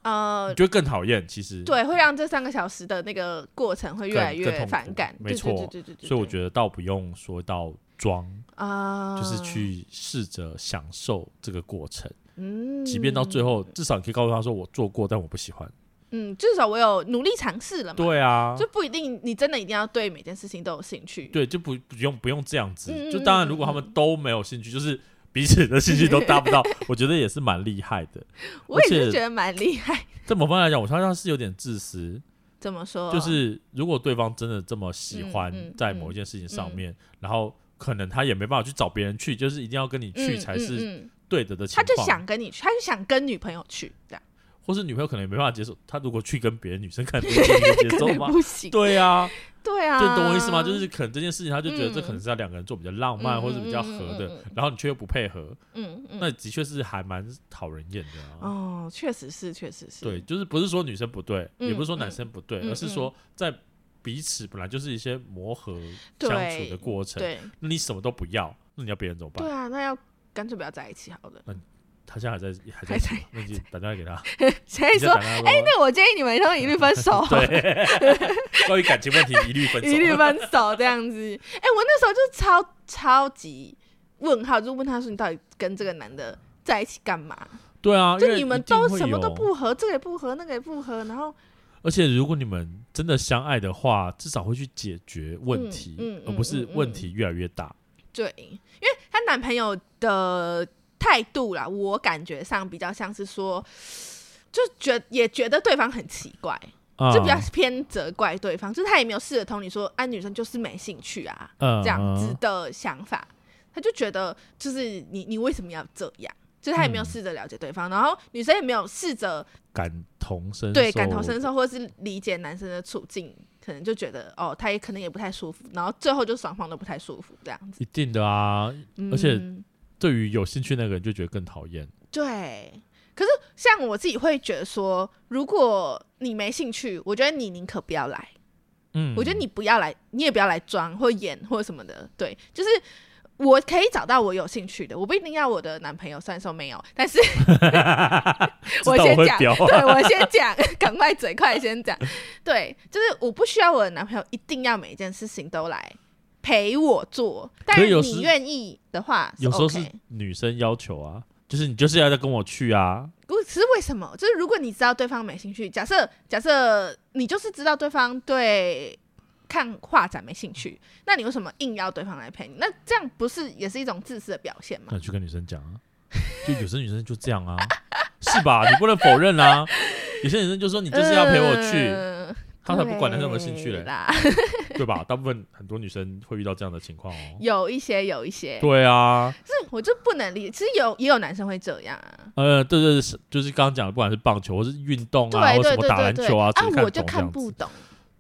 Speaker 2: 呃。
Speaker 1: 就会更讨厌。其实，
Speaker 2: 对，会让这三个小时的那个过程会越
Speaker 1: 更
Speaker 2: 来
Speaker 1: 更
Speaker 2: 越
Speaker 1: 痛
Speaker 2: 反
Speaker 1: 苦
Speaker 2: 感，
Speaker 1: 没错
Speaker 2: 对对对对对对
Speaker 1: 所以我觉得倒不用说到装，
Speaker 2: 得啊，
Speaker 1: 就是，去试着享受这个过程，
Speaker 2: 嗯，
Speaker 1: 即便到最后，至少你可以告诉他说我做过，但我不喜欢。
Speaker 2: 嗯，至少我有努力尝试了嘛，
Speaker 1: 对啊，
Speaker 2: 就不一定你真的一定要对每件事情都有兴趣。
Speaker 1: 对，就不不用不用这样子。
Speaker 2: 嗯
Speaker 1: 就
Speaker 2: 嗯
Speaker 1: 当
Speaker 2: 嗯
Speaker 1: 然，如
Speaker 2: 嗯
Speaker 1: 果他们
Speaker 2: 嗯
Speaker 1: 都没有兴趣，就是彼此的兴趣都搭
Speaker 2: [laughs]
Speaker 1: 不到，我觉得也是蛮厉害的。
Speaker 2: 我也
Speaker 1: 而
Speaker 2: 是
Speaker 1: 且
Speaker 2: 觉得蛮厉害。 [laughs]
Speaker 1: 在某方面来讲，我相信他是有点自私，
Speaker 2: 怎么说？
Speaker 1: 就是如果对方真的这么喜欢
Speaker 2: 嗯嗯嗯嗯
Speaker 1: 在某一件事情上面，然后可能他也没办法去找别人去，就是一定要跟你去
Speaker 2: 嗯
Speaker 1: 才是
Speaker 2: 嗯嗯
Speaker 1: 对的的情
Speaker 2: 他
Speaker 1: 况。
Speaker 2: 就想跟你去，他就想跟女朋友去，这样
Speaker 1: 或是女朋友可能也没办法接受，他如果去跟别的女生看，别的女生接
Speaker 2: [laughs] 可
Speaker 1: 受
Speaker 2: 能
Speaker 1: 吗？
Speaker 2: 不行。
Speaker 1: 对啊，
Speaker 2: 对啊，
Speaker 1: 就你懂我意思吗？就是可能这件事情，他就觉得这
Speaker 2: 嗯
Speaker 1: 可能是要两个人做比较浪漫，
Speaker 2: 嗯
Speaker 1: 或者比较合的，
Speaker 2: 嗯嗯嗯嗯
Speaker 1: 然后你却又不配合，
Speaker 2: 嗯嗯，
Speaker 1: 那的确是还蛮讨人厌的啊。
Speaker 2: 哦，确实是，确实是，
Speaker 1: 对，就是不是说女生不对，
Speaker 2: 嗯
Speaker 1: 也不是说男生不对，
Speaker 2: 嗯
Speaker 1: 而是说在彼此本来就是一些磨合
Speaker 2: 对
Speaker 1: 相处的过程，
Speaker 2: 对
Speaker 1: 那你什么都不要，那你要别人怎么
Speaker 2: 对
Speaker 1: 办？
Speaker 2: 啊，那要干脆不要在一起好了。 [laughs]
Speaker 1: 他现在还在还在
Speaker 2: 还
Speaker 1: 一起
Speaker 2: 在
Speaker 1: 吗，那你就打电话给他，
Speaker 2: 所以
Speaker 1: 你就
Speaker 2: 说，
Speaker 1: 打
Speaker 2: 哎
Speaker 1: 电话说，，
Speaker 2: 那我建议你们都一律分手
Speaker 1: [laughs]
Speaker 2: [laughs]
Speaker 1: 对， [laughs] 关于感情问题一律分
Speaker 2: 一律
Speaker 1: 手。
Speaker 2: 分手这样子。哎、我那时候就超超级问号，就问他说：“你到底跟这个男的在一起干嘛？”
Speaker 1: 对啊，因
Speaker 2: 就
Speaker 1: 为
Speaker 2: 你们
Speaker 1: 一定
Speaker 2: 都
Speaker 1: 会
Speaker 2: 什么都
Speaker 1: 有
Speaker 2: 不合，这个也不合，那个也不合，然后
Speaker 1: 而且如果你们真的相爱的话，至少会去解决问题，
Speaker 2: 嗯嗯嗯
Speaker 1: 而不是问题越来越大。
Speaker 2: 对，因为她男朋友的态度啦，我感觉上比较像是说，就觉也觉得对方很奇怪，
Speaker 1: 啊
Speaker 2: 嗯就比较偏责怪对方，就是他也没有试着同你说，啊，女生就是没兴趣啊，
Speaker 1: 嗯
Speaker 2: 这样子的想法，他就觉得就是你你为什么要这样？就是他也没有
Speaker 1: 嗯
Speaker 2: 试着了解对方，然后女生也没有试着
Speaker 1: 感同身受，
Speaker 2: 对感同身受，或者是理解男生的处境，可能就觉得哦，他也可能也不太舒服，然后最后就双方都不太舒服这样子。
Speaker 1: 一定的啊。
Speaker 2: 嗯、
Speaker 1: 而且对于有兴趣那个人就觉得更讨厌。
Speaker 2: 对，可是像我自己会觉得说，如果你没兴趣，我觉得你宁可不要来。
Speaker 1: 嗯，
Speaker 2: 我觉得你不要来，你也不要来装或演或什么的。对，就是我可以找到我有兴趣的，我不一定要我的男朋友，虽然说没有，
Speaker 1: [laughs]
Speaker 2: 但是
Speaker 1: 知道
Speaker 2: 先
Speaker 1: 会
Speaker 2: 讲，
Speaker 1: 飙啊
Speaker 2: 对我先讲， [laughs] 赶快嘴快先讲。对，就是我不需要我的男朋友一定要每一件事情都来陪我做，但
Speaker 1: 可是有时
Speaker 2: 你愿意的话是
Speaker 1: 有时
Speaker 2: OK，
Speaker 1: 候是女生要求啊，就是你就是要再跟我去啊，
Speaker 2: 不是为什么？就是如果你知道对方没兴趣，假设假设你就是知道对方对看画展没兴趣，那你为什么硬要对方来陪你？那这样不是也是一种自私的表现吗
Speaker 1: 那？你去跟女生讲啊。就有些女生就这样啊， [laughs] 是吧？你不能否认啊。有些女生就说你
Speaker 2: 你
Speaker 1: 就是要陪我去，
Speaker 2: 嗯、
Speaker 1: 她才不管男生有没有兴趣
Speaker 2: 对
Speaker 1: 嘞，
Speaker 2: 啦。
Speaker 1: 对吧？大部分很多女生会遇到这样的情况哦。
Speaker 2: 有一些，有一些，
Speaker 1: 对啊，
Speaker 2: 是我就不能理解。其实有也有男生会这样啊，
Speaker 1: 呃，对对，对是就是刚刚讲的，不管是棒球或是运动啊，
Speaker 2: 对
Speaker 1: 或
Speaker 2: 对
Speaker 1: 什么
Speaker 2: 对
Speaker 1: 打
Speaker 2: 对
Speaker 1: 篮
Speaker 2: 对，
Speaker 1: 球啊，只
Speaker 2: 啊，我就
Speaker 1: 懂这
Speaker 2: 看
Speaker 1: 样
Speaker 2: 不
Speaker 1: 子。
Speaker 2: 懂。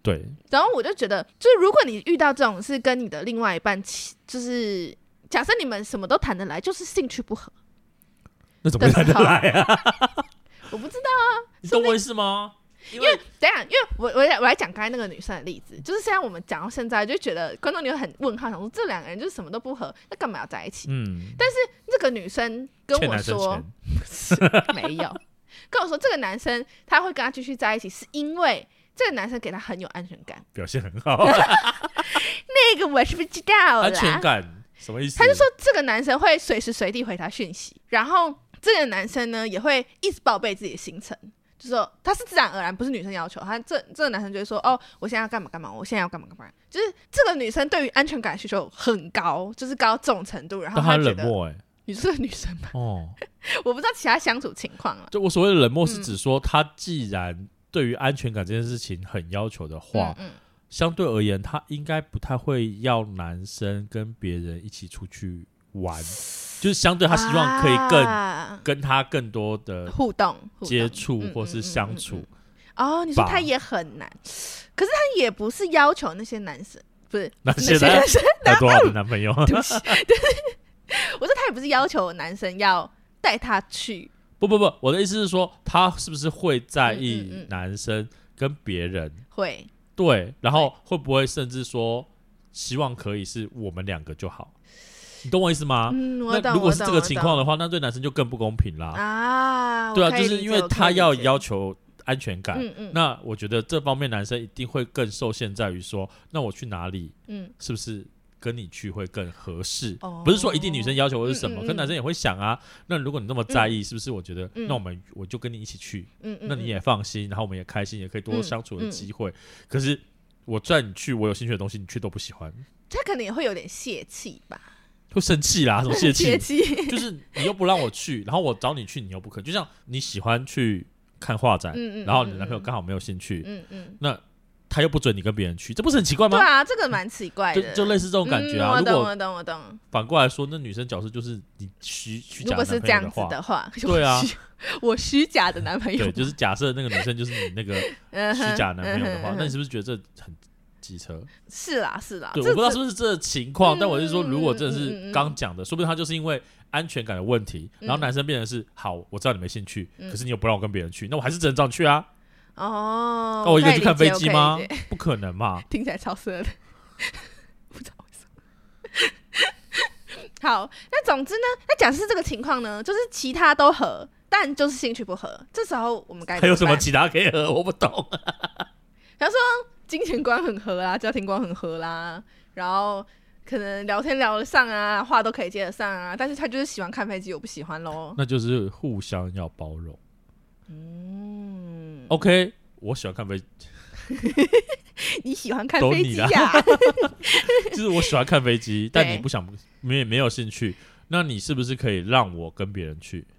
Speaker 1: 对，
Speaker 2: 然后我就觉得，就是如果你遇到这种是跟你的另外一半起，就是假设你们什么都谈得来，就是兴趣不合，
Speaker 1: 那怎么谈得来
Speaker 2: [laughs]
Speaker 1: 啊？
Speaker 2: 我不知道。
Speaker 1: 你懂我意思吗？因为
Speaker 2: 等一下，因为我我来我来讲刚才那个女生的例子，就是现在我们讲到现在，就觉得观众你很问号，想说这两个人就是什么都不合，那干嘛要在一起？
Speaker 1: 嗯，
Speaker 2: 这个女生跟
Speaker 1: 欠
Speaker 2: 我
Speaker 1: 男生
Speaker 2: 说
Speaker 1: 钱， [laughs]
Speaker 2: 没有，跟我说这个男生他会跟他继续在一起，是因为这个男生给他很有安全感。
Speaker 1: 表现很
Speaker 2: [laughs]
Speaker 1: 好，
Speaker 2: 那个我是不知道啦，
Speaker 1: 安全感什么意思？
Speaker 2: 他就说这个男生会随时随地回他讯息，然后这个男生呢也会一直报备自己的行程，就说他是自然而然，不是女生要求。他这这个男生就会说哦，我现在要干嘛干嘛，我现在要干嘛干嘛，就是这个女生对于安全感的需求很高，就是高这种程度。然后
Speaker 1: 但他
Speaker 2: 她觉
Speaker 1: 冷
Speaker 2: 得
Speaker 1: 漠哎、欸
Speaker 2: 你是个女生吗？ [laughs]
Speaker 1: 哦，
Speaker 2: 我不知道其他相处情况啊。
Speaker 1: 就我所谓的冷漠是指说，他既然对于安全感这件事情很要求的话，
Speaker 2: 嗯
Speaker 1: 相对而言，他应该不太会要男生跟别人一起出去玩，就是相对他希望可以更、
Speaker 2: 啊
Speaker 1: 跟他更多的
Speaker 2: 互动、互动
Speaker 1: 接触
Speaker 2: 嗯
Speaker 1: 或
Speaker 2: 嗯
Speaker 1: 是
Speaker 2: 嗯
Speaker 1: 相
Speaker 2: 嗯
Speaker 1: 处
Speaker 2: 嗯。哦，你说
Speaker 1: 吧
Speaker 2: 他也很难，可是他也不是要求那些男生，不是
Speaker 1: [laughs] 那些
Speaker 2: 男生，
Speaker 1: 他多好的男朋友，
Speaker 2: 对不起，对，我说他也不是要求男生要带他去，
Speaker 1: [laughs] 不不不，我的意思是说，他是不是会在意
Speaker 2: 嗯嗯嗯
Speaker 1: 男生跟别人？
Speaker 2: 会
Speaker 1: 对，然后会不会甚至说，希望可以是我们两个就好？你懂我意思吗？
Speaker 2: 嗯，我
Speaker 1: 啊那
Speaker 2: 懂，
Speaker 1: 如果
Speaker 2: 我
Speaker 1: 是这
Speaker 2: 懂
Speaker 1: 个
Speaker 2: 我
Speaker 1: 情
Speaker 2: 懂
Speaker 1: 况的话，那对男生就更不公平啦。
Speaker 2: 啊，
Speaker 1: 对啊，
Speaker 2: 我可
Speaker 1: 就
Speaker 2: 以
Speaker 1: 是
Speaker 2: 理
Speaker 1: 因
Speaker 2: 解
Speaker 1: 为
Speaker 2: 我可以
Speaker 1: 他
Speaker 2: 理
Speaker 1: 要
Speaker 2: 解
Speaker 1: 要求安全感，
Speaker 2: 嗯嗯
Speaker 1: 那我觉得这方面男生一定会更受限在于说，那我去哪里
Speaker 2: 嗯
Speaker 1: 是不是跟你去会更合适？
Speaker 2: 哦
Speaker 1: 不是说一定女生要求或是什么，
Speaker 2: 嗯嗯嗯
Speaker 1: 可男生也会想啊。那如果你那么在意，是不是？我觉得、
Speaker 2: 嗯
Speaker 1: 那我们我就跟你一起去，
Speaker 2: 嗯嗯，
Speaker 1: 那你
Speaker 2: 嗯
Speaker 1: 也放心，然后我们也开心，也可以多多
Speaker 2: 嗯
Speaker 1: 相处的
Speaker 2: 嗯
Speaker 1: 机会。可是我叫你去我有兴趣的东西，你却都不喜欢，
Speaker 2: 他可能也会有点泄气吧，
Speaker 1: 会生气啦，什么泄气
Speaker 2: 泄？气，
Speaker 1: [laughs]
Speaker 2: [laughs]
Speaker 1: 就是你又不让我去，然后我找你去，你又不肯。就像你喜欢去看画展，
Speaker 2: 嗯嗯
Speaker 1: 然后
Speaker 2: 嗯
Speaker 1: 你男朋友刚好没有兴趣，
Speaker 2: 嗯嗯，
Speaker 1: 他又不准你跟别人去，这不是很奇怪吗
Speaker 2: 对？啊，这个蛮奇怪
Speaker 1: 就
Speaker 2: 的，
Speaker 1: 就类似这
Speaker 2: 这
Speaker 1: 种感觉啊。
Speaker 2: 我
Speaker 1: 如
Speaker 2: 懂
Speaker 1: 果
Speaker 2: 我懂我懂，
Speaker 1: 反过来说，那女生角色就是你虚虚
Speaker 2: 如
Speaker 1: 假
Speaker 2: 果
Speaker 1: 的
Speaker 2: 是
Speaker 1: 男
Speaker 2: 这
Speaker 1: 朋友
Speaker 2: 样
Speaker 1: 的话，
Speaker 2: 子的话，
Speaker 1: 对啊
Speaker 2: 我虚， [laughs] 我虚假的男朋友，
Speaker 1: 对，就是假设那个女生就是你那个
Speaker 2: 嗯
Speaker 1: 虚
Speaker 2: 哼
Speaker 1: 假男朋友的
Speaker 2: [laughs] 嗯
Speaker 1: 话，
Speaker 2: 哼
Speaker 1: 那你是不是觉得这很机车？
Speaker 2: 是啦是啦，
Speaker 1: 对，
Speaker 2: 这
Speaker 1: 我不知道
Speaker 2: 这
Speaker 1: 是不是这情况，但我是说，如果真的
Speaker 2: 嗯嗯嗯嗯
Speaker 1: 是
Speaker 2: 嗯
Speaker 1: 刚讲的，说不定他就是因为安全感的问题，然后
Speaker 2: 嗯
Speaker 1: 男生变成是好，我知道你没兴趣，
Speaker 2: 嗯
Speaker 1: 可是你又不让我跟别人去，那我还是只能找你去啊。
Speaker 2: 哦，
Speaker 1: 那我一个
Speaker 2: 可以
Speaker 1: 人去看
Speaker 2: 理解
Speaker 1: 飞
Speaker 2: 我
Speaker 1: 机
Speaker 2: 可以
Speaker 1: 吗
Speaker 2: 理解？
Speaker 1: [laughs]
Speaker 2: [laughs]
Speaker 1: 不可能嘛。
Speaker 2: 听起来超色的， [laughs] 不知道为什么。 [laughs] 好，那总之呢，那假设是这个情况呢，就是其他都合，但就是兴趣不合，这时候我们该
Speaker 1: 还有什么
Speaker 2: 怎办
Speaker 1: 其他可以喝？我不
Speaker 2: [laughs]
Speaker 1: 懂。
Speaker 2: 金钱观很合啦，家庭观很合啦，然后可能聊天聊得上啊，话都可以接得上啊，但是他就是喜欢看飞机，我不喜欢喽。
Speaker 1: 那就是互相要包容。
Speaker 2: 嗯，
Speaker 1: OK，我喜欢看飞，
Speaker 2: 你喜欢看
Speaker 1: 都
Speaker 2: 飞
Speaker 1: 你
Speaker 2: 机啊
Speaker 1: 啦
Speaker 2: 呀、
Speaker 1: 就是我喜欢看飞
Speaker 2: [laughs]
Speaker 1: 机，但你
Speaker 2: 对
Speaker 1: 不想没没有兴趣，那你是不是可以让我跟别人去？
Speaker 2: [laughs]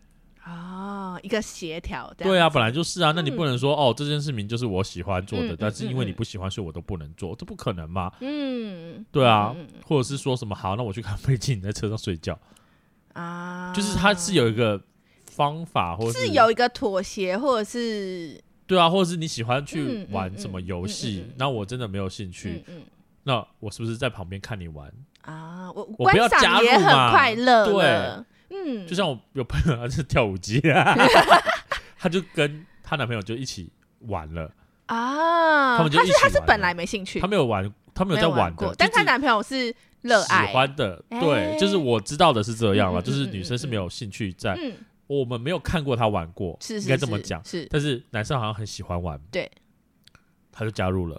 Speaker 2: 哦，一个协调。这样
Speaker 1: 对啊，
Speaker 2: 子
Speaker 1: 本来就是啊，那你不能说、哦这件事情就是我喜欢做的，
Speaker 2: 嗯嗯嗯
Speaker 1: 但是因为你
Speaker 2: 嗯嗯
Speaker 1: 不喜欢，所以我都不能做，这不可能嘛？
Speaker 2: 嗯，
Speaker 1: 对啊，
Speaker 2: 嗯嗯
Speaker 1: 或者是说什么好，那我去看飞机，你在车上睡觉，
Speaker 2: 嗯啊，
Speaker 1: 就是它是有一个方法，或者
Speaker 2: 是有一个妥协，或者是
Speaker 1: 对啊，或者是你喜欢去
Speaker 2: 嗯嗯
Speaker 1: 玩
Speaker 2: 嗯
Speaker 1: 什么游戏，
Speaker 2: 嗯嗯嗯
Speaker 1: 那我真的没有兴趣，
Speaker 2: 嗯嗯
Speaker 1: 那我是不是在旁边看你玩？
Speaker 2: 啊，我
Speaker 1: 我不要
Speaker 2: 观
Speaker 1: 加
Speaker 2: 赏
Speaker 1: 入
Speaker 2: 也很
Speaker 1: 嘛
Speaker 2: 快乐
Speaker 1: 对
Speaker 2: 了。嗯，
Speaker 1: 就像我有朋友他是跳舞
Speaker 2: [laughs]
Speaker 1: 机、啊，他就跟她男朋友就一起玩了，
Speaker 2: 啊，
Speaker 1: 他们就一
Speaker 2: 是
Speaker 1: 起
Speaker 2: 他是
Speaker 1: 玩
Speaker 2: 本
Speaker 1: 了
Speaker 2: 来没兴趣，
Speaker 1: 他没有玩，他没有在
Speaker 2: 玩
Speaker 1: 玩
Speaker 2: 过
Speaker 1: 的，，
Speaker 2: 但
Speaker 1: 他
Speaker 2: 她男朋友是热爱，
Speaker 1: 喜欢的，
Speaker 2: 哎
Speaker 1: 对，就是我知道的是这样了，
Speaker 2: 嗯嗯
Speaker 1: 就是女生是没有兴趣在，
Speaker 2: 嗯，
Speaker 1: 我们没有看过她玩过，
Speaker 2: 是是
Speaker 1: 应该这么
Speaker 2: 是
Speaker 1: 讲，
Speaker 2: 是
Speaker 1: 但是男生好像很喜欢玩，
Speaker 2: 对，
Speaker 1: 他就加入了，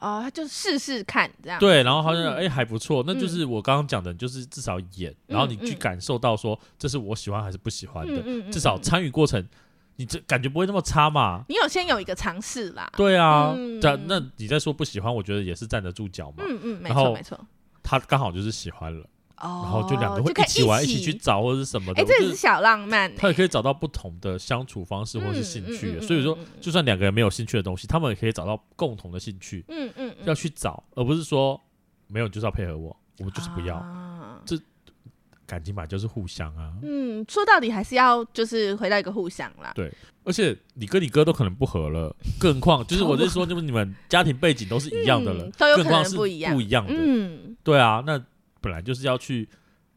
Speaker 2: 哦，他就试试看这样，
Speaker 1: 对，然后好像
Speaker 2: 嗯嗯
Speaker 1: 哎、还不错，那就是我刚刚讲的，就是至少演，然后你去感受到说这是我喜欢还是不喜欢
Speaker 2: 嗯，嗯
Speaker 1: 的，
Speaker 2: 嗯嗯，
Speaker 1: 至少
Speaker 2: 嗯
Speaker 1: 参与过程，你这感觉不会那么差嘛。
Speaker 2: 你有先有一个尝试啦，
Speaker 1: 对啊，
Speaker 2: 嗯
Speaker 1: 但那你再说不喜欢，我觉得也是站得住脚嘛。
Speaker 2: 嗯嗯，没
Speaker 1: 然
Speaker 2: 错
Speaker 1: 后
Speaker 2: 没错，
Speaker 1: 他刚好就是喜欢了，
Speaker 2: 哦，
Speaker 1: 然后就两个会
Speaker 2: 可以
Speaker 1: 一起玩，一
Speaker 2: 起
Speaker 1: 去，找或者是什么的。
Speaker 2: 哎，
Speaker 1: 我
Speaker 2: 这
Speaker 1: 就
Speaker 2: 也是小浪漫欸，
Speaker 1: 他也可以找到不同的相处方式或是
Speaker 2: 嗯
Speaker 1: 兴
Speaker 2: 嗯
Speaker 1: 趣，
Speaker 2: 嗯嗯
Speaker 1: 所以说
Speaker 2: 嗯嗯
Speaker 1: 就算两个人没有兴趣的东西，他们也可以找到共同的兴趣，
Speaker 2: 嗯嗯嗯，
Speaker 1: 要去找，而不是说没有就是要配合我，我就是不要。
Speaker 2: 啊
Speaker 1: 感情嘛就是互相啊，
Speaker 2: 嗯，说到底还是要就是回到一个互相啦。
Speaker 1: 而且你跟你哥都可能不合
Speaker 2: [laughs]
Speaker 1: 了，更何况就是我是说，就是你们家庭背景都是一样的了，
Speaker 2: 嗯都有
Speaker 1: 更何况
Speaker 2: 可能
Speaker 1: 是
Speaker 2: 不一样
Speaker 1: 不一样的。
Speaker 2: 嗯，
Speaker 1: 对啊，那本来就是要去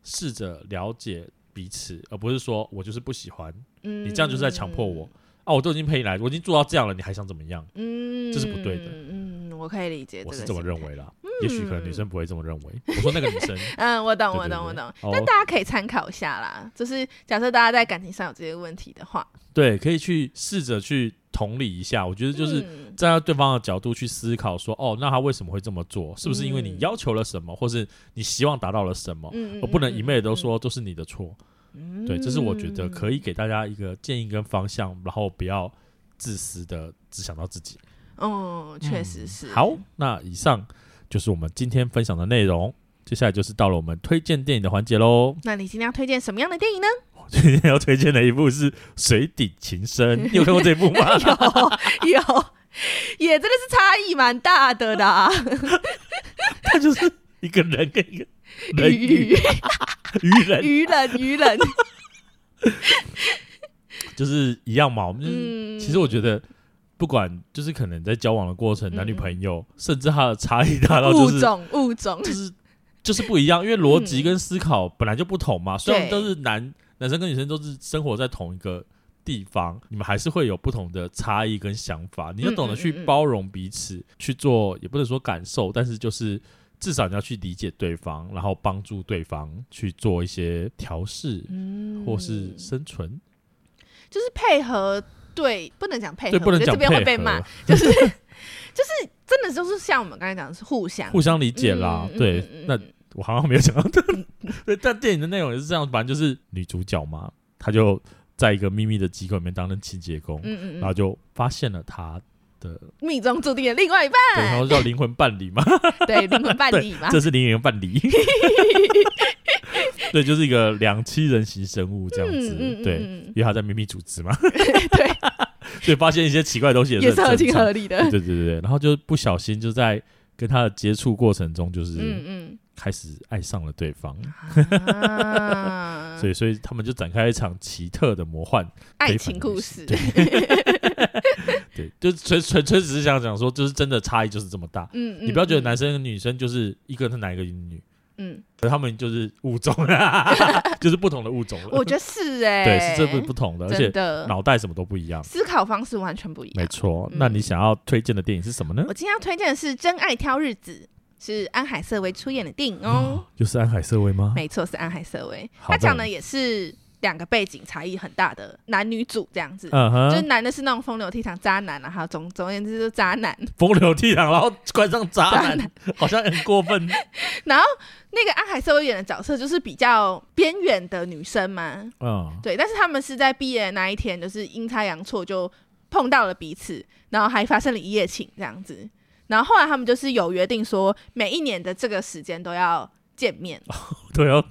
Speaker 1: 试着了解彼此，而不是说我就是不喜欢
Speaker 2: 你
Speaker 1: 你，这样就是在强迫我。啊！我都已经陪你来，我已经做到这样了，你还想怎么样？
Speaker 2: 嗯，
Speaker 1: 这是不对的
Speaker 2: 嗯，我可以理解，
Speaker 1: 我是
Speaker 2: 个嗯
Speaker 1: 这么
Speaker 2: 心
Speaker 1: 认
Speaker 2: 态。
Speaker 1: 为啦，也许可能女生不会这么认为。我说那个女
Speaker 2: [laughs]
Speaker 1: 生，
Speaker 2: 嗯，我懂，
Speaker 1: 对
Speaker 2: 我
Speaker 1: 对
Speaker 2: 懂，我
Speaker 1: 对
Speaker 2: 懂。
Speaker 1: 哦
Speaker 2: 但大家可以参考一下啦，就是假设大家在感情上有这些问题的话，
Speaker 1: 对，可以去试着去同理一下。我觉得就是
Speaker 2: 嗯
Speaker 1: 站在对方的角度去思考说，哦，那他为什么会这么做？是不是因为你
Speaker 2: 嗯
Speaker 1: 要求了什么，或是你希望达到了什么？
Speaker 2: 嗯，
Speaker 1: 哦我不能一昧都说都是你的错。
Speaker 2: 嗯，
Speaker 1: 对，这是我觉得可
Speaker 2: 以
Speaker 1: 以给大家一个建议跟方向，然后不要自私的只想到自己。
Speaker 2: 嗯，确实
Speaker 1: 嗯
Speaker 2: 是。
Speaker 1: 好，那以上就是我们今天分享的内容。接下来就是到了我们推荐电影的环节喽。
Speaker 2: 那你今天要推荐什么样的电影呢？ [laughs]
Speaker 1: 我今天要推荐的一部是《水底情深》，你有看过这部
Speaker 2: [laughs]
Speaker 1: 吗？
Speaker 2: 有有，也真的是差异蛮大的啦。
Speaker 1: 它就是一个人跟一个 [laughs] 人鱼
Speaker 2: 鱼
Speaker 1: 鱼人，
Speaker 2: 鱼人
Speaker 1: [laughs]
Speaker 2: 鱼人，
Speaker 1: 就是一样嘛。我们就是，
Speaker 2: 嗯，
Speaker 1: 其实我觉得。不管就是可能在交往的过程，男女
Speaker 2: 嗯
Speaker 1: 朋友，甚至他的差异大到就
Speaker 2: 物
Speaker 1: 是
Speaker 2: 种物种
Speaker 1: 就，是就是不一样，因为逻
Speaker 2: 嗯
Speaker 1: 辑跟思考本来就不同嘛。虽然都是男男生跟女生都是生活在同一个地方，你们还是会有不同的差异跟想法。你要懂得去
Speaker 2: 嗯嗯嗯
Speaker 1: 包容彼此，去做也不能说感受，但是就是至少你要去理解对方，然后帮助对方去做一些调试。
Speaker 2: 嗯
Speaker 1: 或是生存，
Speaker 2: 就是配合对，不能讲配
Speaker 1: 对，
Speaker 2: 合，
Speaker 1: 不能
Speaker 2: 哎我觉得
Speaker 1: 讲
Speaker 2: 这边会
Speaker 1: 配
Speaker 2: 被骂
Speaker 1: 合，，
Speaker 2: 真的就是像我们刚才讲的是互相
Speaker 1: 互相理解啦。
Speaker 2: 嗯
Speaker 1: 对
Speaker 2: 嗯嗯，嗯
Speaker 1: 那我好像没有讲到这 [laughs] 个。对，但电影的内容也是这样，反正就是女主角嘛，她就在一个秘密的机构里面担任清洁工，
Speaker 2: 嗯嗯
Speaker 1: 然
Speaker 2: 嗯，
Speaker 1: 后就发现了她的，
Speaker 2: 命中注定的另外一
Speaker 1: 对，然
Speaker 2: 半，
Speaker 1: 后叫灵魂伴侣嘛，
Speaker 2: 对灵魂伴侣嘛，
Speaker 1: 这是灵魂
Speaker 2: [laughs]
Speaker 1: 伴侣。对，就是一个两栖人形生物这样子，
Speaker 2: 嗯
Speaker 1: 对，
Speaker 2: 嗯
Speaker 1: 因为她在秘密组织嘛，
Speaker 2: [laughs] 对，
Speaker 1: 所以发现一些奇怪的东西也
Speaker 2: 也
Speaker 1: 是
Speaker 2: 是
Speaker 1: 很
Speaker 2: 合
Speaker 1: 正
Speaker 2: 情
Speaker 1: 常。
Speaker 2: 合理的，
Speaker 1: 对对对对，然后就不小心就在跟她的接触过程中，就是 [laughs]
Speaker 2: 嗯
Speaker 1: 开始爱上了对方。
Speaker 2: 嗯，啊
Speaker 1: 所以，所以他们就展开一场奇特的魔幻，
Speaker 2: 爱情故事，
Speaker 1: 对对，就纯纯粹只是想讲说，就是真的差异就是这么大。
Speaker 2: 嗯，
Speaker 1: [laughs]
Speaker 2: 嗯
Speaker 1: 你不要觉得男，生跟女生就是一个是男一个是女，
Speaker 2: 嗯，
Speaker 1: 可是他们就是物
Speaker 2: [laughs]
Speaker 1: 种，就是不同的物种了。
Speaker 2: 我觉得
Speaker 1: [laughs]
Speaker 2: 是哎，
Speaker 1: 对，是这不不同的，而
Speaker 2: 真
Speaker 1: 且
Speaker 2: 的
Speaker 1: 脑袋什么都不一样。
Speaker 2: 思考方式完全不一
Speaker 1: 没
Speaker 2: 样。
Speaker 1: 错，
Speaker 2: 嗯
Speaker 1: 那你想要推荐的电影是什么呢？
Speaker 2: 我今天要推荐的是《真爱挑日子》，是安海瑟薇出演的电影哦。
Speaker 1: 又是安海瑟薇吗？
Speaker 2: 没错，是安海瑟薇。
Speaker 1: 嗯好
Speaker 2: 他讲
Speaker 1: 的
Speaker 2: 的也是两个背景差异很大的男女主这样子。
Speaker 1: 嗯
Speaker 2: 就是
Speaker 1: 哼，
Speaker 2: 男的是那种风流倜傥渣男啊，还有总总而言之就是渣男。 [laughs]
Speaker 1: 风流倜傥，然后关上渣
Speaker 2: 渣
Speaker 1: 男，好像很过分。
Speaker 2: 然后那个安海瑟薇演的角色就是比较边缘的女生嘛，
Speaker 1: 嗯，
Speaker 2: 对。但是他们是在毕业的那一天，就是阴差阳错就碰到了彼此，然后还发生了一夜情这样子。然后后来他们就是有约定说，每一年的这个时间都要见面。
Speaker 1: 对 [laughs] 哦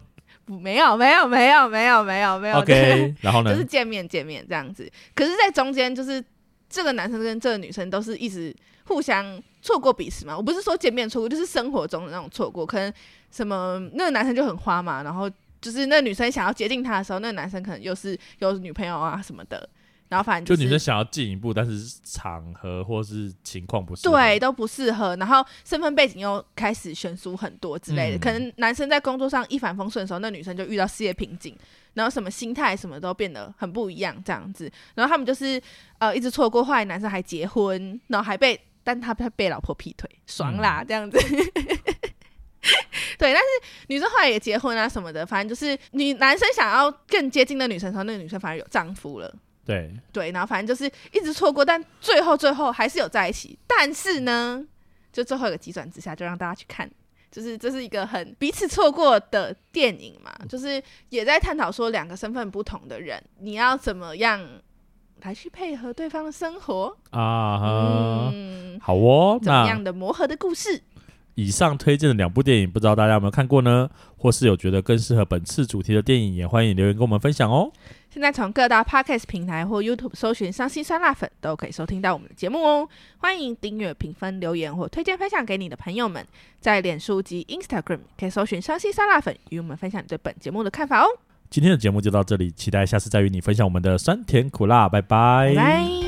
Speaker 2: 不 [laughs] 没有，没有，没有，没有，没有，没有。
Speaker 1: ，OK，然后呢
Speaker 2: 就？是见面见面这样子。可是，在中间就是这个男生跟这个女生都是一直互相错过彼此嘛。我不是说见面错过，就是生活中的那种错过。可能什么那个男生就很花嘛，然后就是那个女生想要接近他的时候，那个男生可能又是有女朋友啊什么的。然后反正
Speaker 1: 就是女生想要进一步，但是场合或是情况不是
Speaker 2: 对，都不适合，然后身份背景又开始悬殊很多之类的。
Speaker 1: 嗯
Speaker 2: 可能男生在工作上一帆风顺的时候，那女生就遇到事业瓶颈，然后什么心态什么都变得很不一样这样子。然后他们就是呃一直错过，后来男生还结婚，然后还被，但他他被老婆劈腿，爽啦、这样子。 [laughs] 对，但是女生后来也结婚啊什么的，反正就是女男生想要更接近那女生的时候，那个女生反而有丈夫了。
Speaker 1: 对，
Speaker 2: 对，然后反正就是一直错过，但最后最后还是有在一起。但是呢，就最后有个急转直下，就让大家去看。就是这是一个很彼此错过的电影嘛，就是也在探讨说两个身份不同的人，你要怎么样来去配合对方的生活，
Speaker 1: 啊哈，
Speaker 2: 嗯，
Speaker 1: 好哦，
Speaker 2: 怎么
Speaker 1: 那
Speaker 2: 样的磨合的故事。
Speaker 1: 以上推荐的两部电影，不知道大家有没有看过呢？或是有觉得更适合本次主题的电影，也欢迎留言跟我们分享哦。
Speaker 2: 现在从各大 podcast 平台或 YouTube 搜寻“伤心酸辣粉”，都可以收听到我们的节目哦。欢迎订阅、评分、留言或推荐分享给你的朋友们。在脸书及 Instagram 可以搜寻“伤心酸辣粉”，与我们分享你对本节目的看法哦。
Speaker 1: 今天的节目就到这里，期待下次再与你分享我们的酸甜苦辣，拜
Speaker 2: 拜拜。